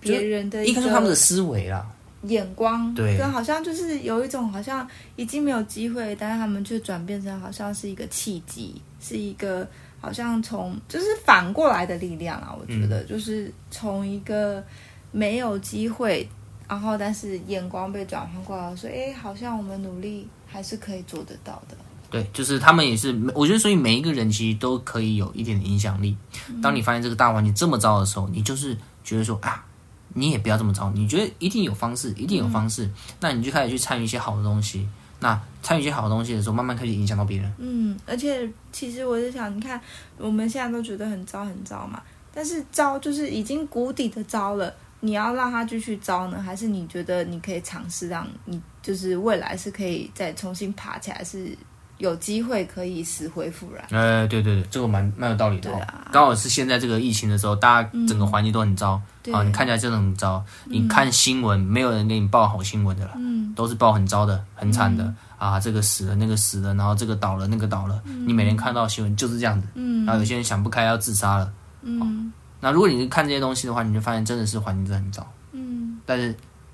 [SPEAKER 2] 别人的
[SPEAKER 1] 应
[SPEAKER 2] 一
[SPEAKER 1] 该说他们的
[SPEAKER 2] 个
[SPEAKER 1] 思维啦，
[SPEAKER 2] 眼光，
[SPEAKER 1] 对
[SPEAKER 2] 跟好像就是有一种好像已经没有机会，但是他们却转变成好像是一个契机，是一个好像从就是反过来的力量啊。我觉得、就是从一个没有机会，然后但是眼光被转换过来，说哎，好像我们努力还是可以做得到的。
[SPEAKER 1] 对，就是他们也是，我觉得所以每一个人其实都可以有一点影响力。当你发现这个大环境这么糟的时候，你就是觉得说啊，你也不要这么糟，你觉得一定有方式，一定有方式，那你就开始去参与一些好的东西。那参与一些好的东西的时候，慢慢开始影响到别人。
[SPEAKER 2] 嗯，而且其实我是想，你看我们现在都觉得很糟很糟嘛，但是糟就是已经谷底的糟了，你要让它继续糟呢，还是你觉得你可以尝试让你就是未来是可以再重新爬起来，是有机会可以死灰复燃？
[SPEAKER 1] 呃，对对对，这个蛮蛮有道理的、哦。
[SPEAKER 2] 对啊
[SPEAKER 1] 刚好是现在这个疫情的时候，大家整个环境都很糟、
[SPEAKER 2] 对嗯
[SPEAKER 1] 啊，你看起来真的很糟。你看新闻，没有人给你报好新闻的了，都是报很糟的、很惨
[SPEAKER 2] 嗯
[SPEAKER 1] 的、啊，这个死了，那个死了，然后这个倒了，那个倒了。你每天看到的新闻就是这样子，
[SPEAKER 2] 嗯
[SPEAKER 1] 然后有些人想不开要自杀了。
[SPEAKER 2] 嗯
[SPEAKER 1] 那如果你看这些东西的话，你就发现真的是环境真的很糟。
[SPEAKER 2] 嗯
[SPEAKER 1] 但是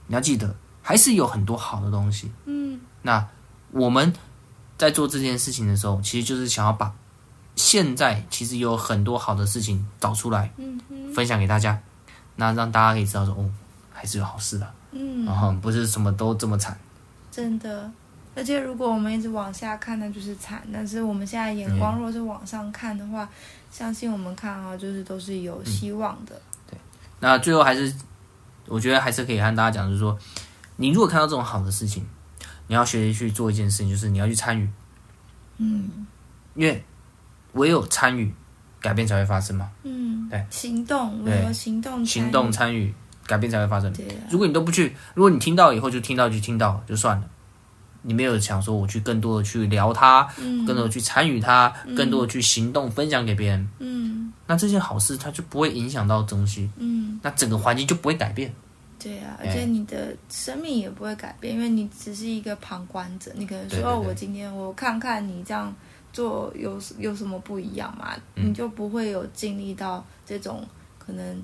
[SPEAKER 1] 你要记得，还是有很多好的东西。
[SPEAKER 2] 嗯
[SPEAKER 1] 那我们在做这件事情的时候，其实就是想要把现在其实有很多好的事情找出来，
[SPEAKER 2] 嗯嗯
[SPEAKER 1] 分享给大家，那让大家可以知道说，哦，还是有好事的，然
[SPEAKER 2] 嗯，
[SPEAKER 1] 后不是什么都这么惨。
[SPEAKER 2] 真的。而且如果我们一直往下看，那就是惨。但是我们现在
[SPEAKER 1] 嗯
[SPEAKER 2] 眼光若是往上看的话，相信我们看啊，就是都是
[SPEAKER 1] 嗯
[SPEAKER 2] 有希望的。
[SPEAKER 1] 那最后还是，我觉得还是可以和大家讲，就是说，你如果看到这种好的事情，你要学习去做一件事情，就是你要去参与，
[SPEAKER 2] 嗯
[SPEAKER 1] 因为唯有参与，改变才会发生嘛。
[SPEAKER 2] 嗯，
[SPEAKER 1] 对，
[SPEAKER 2] 行动，我
[SPEAKER 1] 对
[SPEAKER 2] 有行动参与，
[SPEAKER 1] 行动参与，改变才会发生。
[SPEAKER 2] 对啊，
[SPEAKER 1] 如果你都不去，如果你听到以后就听到就听到就算了，你没有想说我去更多的去聊它，
[SPEAKER 2] 嗯
[SPEAKER 1] 更多的去参与它，更多的去行动分享给别人，
[SPEAKER 2] 嗯
[SPEAKER 1] 那这些好事它就不会影响到东西，
[SPEAKER 2] 嗯，
[SPEAKER 1] 那整个环境就不会改变。
[SPEAKER 2] 对啊，
[SPEAKER 1] 哎
[SPEAKER 2] 而且你的生命也不会改变，因为你只是一个旁观者，你可能说
[SPEAKER 1] 对对对
[SPEAKER 2] 哦，我今天我看看你这样做有有什么不一样嘛，
[SPEAKER 1] 嗯
[SPEAKER 2] 你就不会有经历到这种可能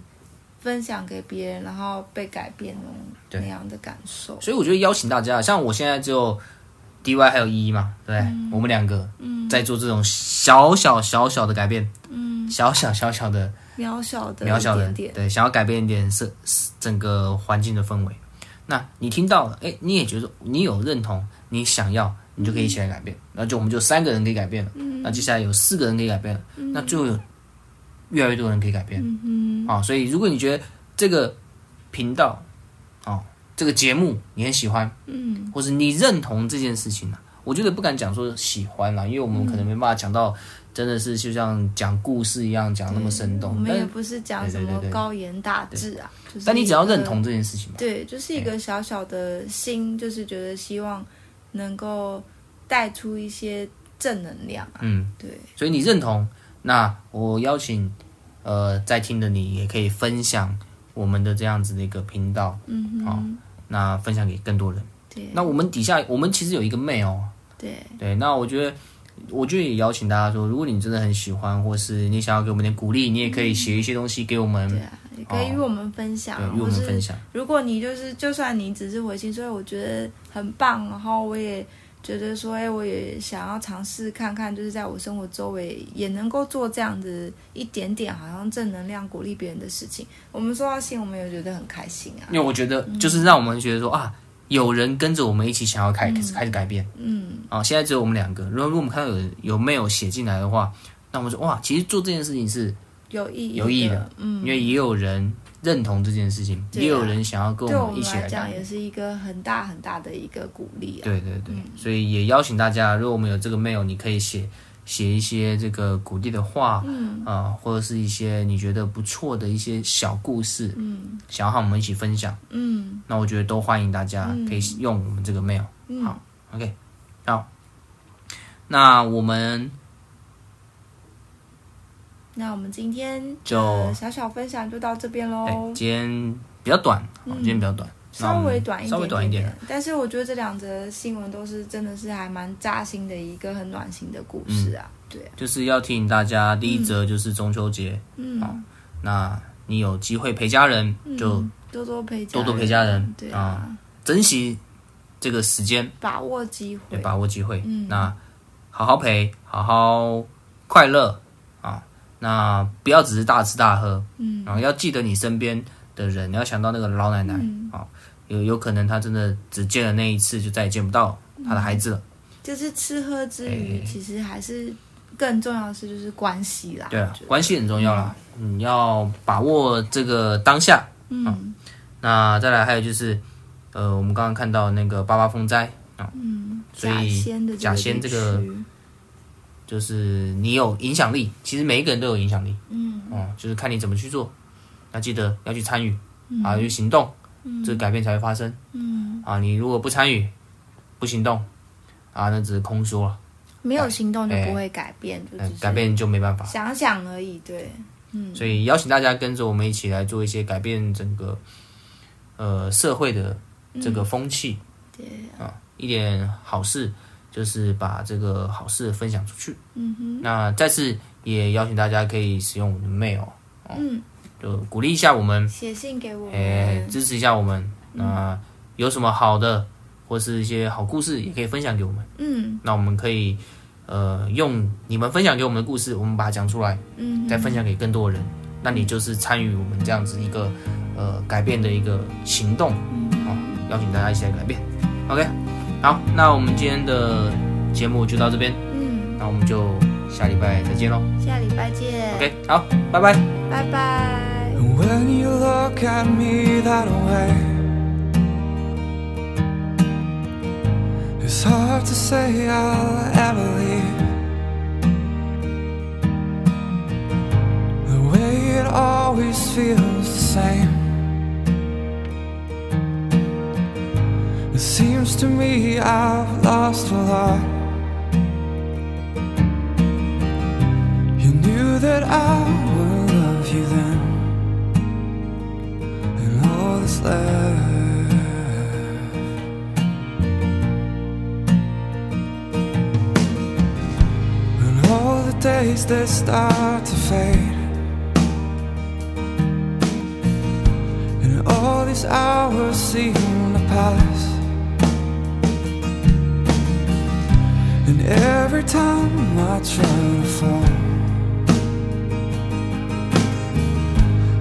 [SPEAKER 2] 分享给别人，然后被改变那
[SPEAKER 1] 对
[SPEAKER 2] 种那样的感受。
[SPEAKER 1] 所以我觉得邀请大家，像我现在只有 DY 还有依依嘛，对不对？
[SPEAKER 2] 嗯
[SPEAKER 1] 我们两个在做这种小小小小的改变，
[SPEAKER 2] 嗯，
[SPEAKER 1] 小小小小的
[SPEAKER 2] 渺小的，
[SPEAKER 1] 渺小
[SPEAKER 2] 一
[SPEAKER 1] 的
[SPEAKER 2] 点点，
[SPEAKER 1] 对，想要改变一点是是整个环境的氛围。那你听到了，哎，你也觉得你有认同，你想要，你就可以一起来改变。那就我们就三个人可以改变了，
[SPEAKER 2] 嗯
[SPEAKER 1] 那接下来有四个人可以改变了，那最后有越来越多人可以改变。
[SPEAKER 2] 嗯
[SPEAKER 1] 啊、所以如果你觉得这个频道啊、哦这个节目你很喜欢，
[SPEAKER 2] 哼，嗯
[SPEAKER 1] 或是你认同这件事情呢、啊我觉得不敢讲说喜欢啦，因为我们可能没办法讲到真的是就像讲故事一样讲那么生
[SPEAKER 2] 嗯我
[SPEAKER 1] 动。
[SPEAKER 2] 们也
[SPEAKER 1] 但
[SPEAKER 2] 不是讲什
[SPEAKER 1] 对对
[SPEAKER 2] 么
[SPEAKER 1] 对对
[SPEAKER 2] 高言大志啊，就是
[SPEAKER 1] 但你只要认
[SPEAKER 2] 一个
[SPEAKER 1] 同这件事情嘛，哎
[SPEAKER 2] 对，就是一个小小的心，就是觉得希望能够带出一些正能量啊。
[SPEAKER 1] 嗯，
[SPEAKER 2] 对，
[SPEAKER 1] 所以你认同，那我邀请呃在听的你也可以分享我们的这样子的一个频道，
[SPEAKER 2] 嗯哼，
[SPEAKER 1] 好那分享给更多人。
[SPEAKER 2] 对
[SPEAKER 1] 那我们底下我们其实有一个 mail，哦
[SPEAKER 2] 对
[SPEAKER 1] 对，那我觉得。我觉得也邀请大家说，如果你真的很喜欢，或是你想要给我们点鼓励，你也可以写一些东西给我们，
[SPEAKER 2] 对啊，也可以与我们分享
[SPEAKER 1] 哦对
[SPEAKER 2] 啊，，
[SPEAKER 1] 与我
[SPEAKER 2] 或
[SPEAKER 1] 们
[SPEAKER 2] 是
[SPEAKER 1] 分享。
[SPEAKER 2] 如果你就是，就算你只是回信，所以我觉得很棒，然后我也觉得说，哎、我也想要尝试看看，就是在我生活周围也能够做这样子一点点，好像正能量鼓励别人的事情。我们收到信，我们也觉得很开心啊
[SPEAKER 1] 因。为我觉得就是让我们觉得说啊，有人跟着我们一起想要开、开始改变
[SPEAKER 2] 嗯，
[SPEAKER 1] 啊。现在只有我们两个，如果如果我们看到有有没有写进来的话，那我们说哇，其实做这件事情是
[SPEAKER 2] 有意义，
[SPEAKER 1] 有意义的
[SPEAKER 2] 的，嗯，
[SPEAKER 1] 因为也有人认同这件事情，
[SPEAKER 2] 对啊
[SPEAKER 1] 也有人想要跟
[SPEAKER 2] 对啊
[SPEAKER 1] 我
[SPEAKER 2] 我
[SPEAKER 1] 们一
[SPEAKER 2] 们
[SPEAKER 1] 起
[SPEAKER 2] 来
[SPEAKER 1] 来
[SPEAKER 2] 讲
[SPEAKER 1] 改
[SPEAKER 2] 也
[SPEAKER 1] 变。
[SPEAKER 2] 是一个很大很大的一个鼓励啊。
[SPEAKER 1] 对对对，所以也邀请大家，如果我们有这个 mail，你可以写写一些这个鼓励的话，嗯啊、或者是一些你觉得不错的一些小故事，嗯，想要和我们一起分享。
[SPEAKER 2] 嗯，
[SPEAKER 1] 那我觉得都欢迎大家可以用我们这个 mail。
[SPEAKER 2] 嗯
[SPEAKER 1] 好，OK，好。那我们
[SPEAKER 2] 那我们今天
[SPEAKER 1] 就
[SPEAKER 2] 呃小小分享就到这边
[SPEAKER 1] 哎、
[SPEAKER 2] 喽。
[SPEAKER 1] 今天比较短，
[SPEAKER 2] 嗯
[SPEAKER 1] 好今天比较短，那
[SPEAKER 2] 稍
[SPEAKER 1] 我们
[SPEAKER 2] 微短一点点，
[SPEAKER 1] 稍微短一点。
[SPEAKER 2] 但是我觉得这两则新闻都是真的是还蛮扎心的一个很暖心的故事啊。对，
[SPEAKER 1] 就是要提醒大家，第一则就是中秋节，
[SPEAKER 2] 嗯，
[SPEAKER 1] 那你有机会陪家人，哦就
[SPEAKER 2] 嗯多多陪家
[SPEAKER 1] 多多陪家人
[SPEAKER 2] 对
[SPEAKER 1] 啊
[SPEAKER 2] 啊，
[SPEAKER 1] 珍惜这个时间，
[SPEAKER 2] 把握机会
[SPEAKER 1] 对，，把握机会。
[SPEAKER 2] 嗯
[SPEAKER 1] 那好好陪，好好快乐啊！那不要只是大吃大喝，
[SPEAKER 2] 嗯
[SPEAKER 1] 然后要记得你身边的人，你要想到那个老奶奶啊、
[SPEAKER 2] 嗯
[SPEAKER 1] 有有可能她真的只见了那一次，就再也见不到
[SPEAKER 2] 嗯
[SPEAKER 1] 她的孩子了。
[SPEAKER 2] 就是吃喝之
[SPEAKER 1] 哎
[SPEAKER 2] 余，其实还是更重要的是就是关系啦。
[SPEAKER 1] 对啊
[SPEAKER 2] 我觉，得
[SPEAKER 1] 关系很重要啦，你要把握这个当下。啊
[SPEAKER 2] 嗯
[SPEAKER 1] 那再来还有就是，呃，我们刚刚看到那个八八风灾，
[SPEAKER 2] 嗯，
[SPEAKER 1] 所以
[SPEAKER 2] 甲仙的
[SPEAKER 1] 甲仙这个
[SPEAKER 2] 地区
[SPEAKER 1] 就是你有影响力，其实每一个人都有影响力，
[SPEAKER 2] 嗯
[SPEAKER 1] 哦、就是看你怎么去做。那记得要去参与啊，要去行动，这个改变才会发生
[SPEAKER 2] 嗯，
[SPEAKER 1] 啊。你如果不参与，不行动啊，那只是空说了，
[SPEAKER 2] 没有行动就
[SPEAKER 1] 哎
[SPEAKER 2] 不会改变，就
[SPEAKER 1] 那
[SPEAKER 2] 只是
[SPEAKER 1] 改变就没办法。
[SPEAKER 2] 想想而已。对，嗯，
[SPEAKER 1] 所以邀请大家跟着我们一起来做一些改变整个呃社会的这个风气、
[SPEAKER 2] 对，
[SPEAKER 1] 啊，一点好事就是把这个好事分享出去。
[SPEAKER 2] 嗯哼，
[SPEAKER 1] 那再次也邀请大家可以使用我们的 mail，哦
[SPEAKER 2] 嗯，
[SPEAKER 1] 就鼓励一下我们，
[SPEAKER 2] 写信给我
[SPEAKER 1] 诶、
[SPEAKER 2] 们。
[SPEAKER 1] 支持一下我们。
[SPEAKER 2] 嗯
[SPEAKER 1] 那有什么好的或是一些好故事，也可以分享给我们。
[SPEAKER 2] 嗯
[SPEAKER 1] 那我们可以呃用你们分享给我们的故事，我们把它讲出来。
[SPEAKER 2] 嗯，
[SPEAKER 1] 再分享给更多人，那你就是参与我们这样子一个呃改变的一个行动哦，邀请大家一起来改变。OK，好，那我们今天的节目就到这边，
[SPEAKER 2] 嗯，
[SPEAKER 1] 那我们就下礼拜再见喽。
[SPEAKER 2] 下礼拜见
[SPEAKER 1] OK，好，拜拜。
[SPEAKER 2] 拜拜。
[SPEAKER 3] And when you look at me that way, it's hard to say I'll ever leave. The way it always feels the same. It seems to me I've lost a lot. You knew that I would love you then and all that's left. And all the days that start to fade, and all these hours seem to pass. And every time I try to fall.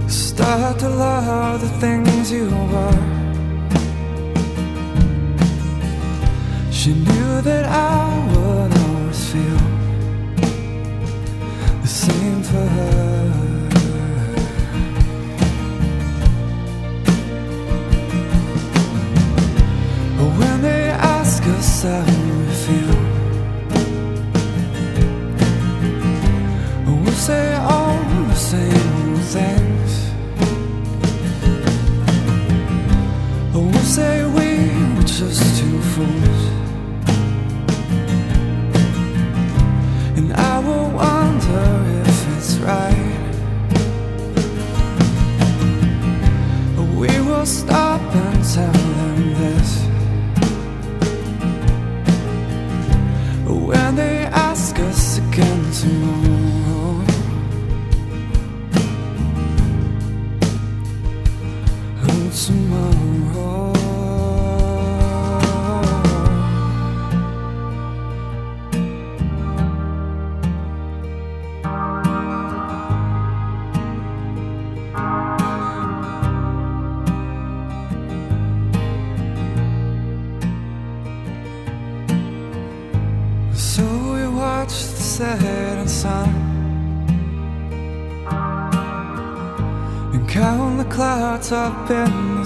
[SPEAKER 3] Start to love the things you were. She knew that I would always feel the same for her. But when they ask us how we feel, watch the setting sun and count the clouds up in the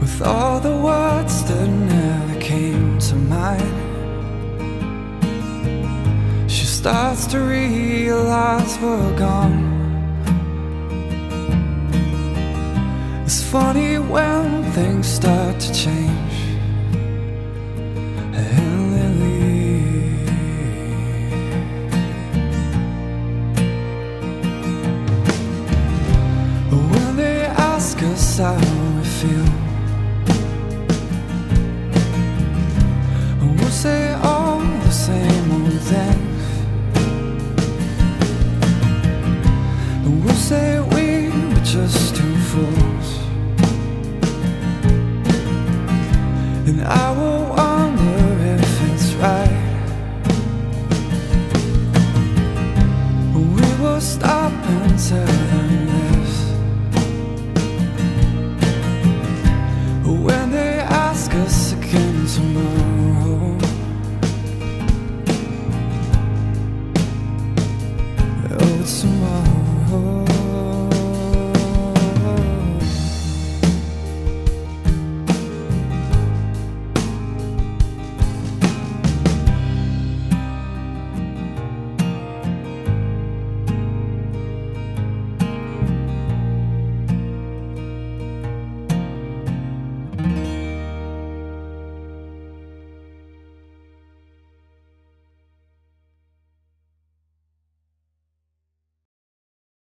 [SPEAKER 3] With all the words that never came to mind, she starts to realize we're gone. It's funny when things start to change. And they leave. When they ask us how we feel, we'll say all the same old things. And we'll say we were just two fools. And I will oh,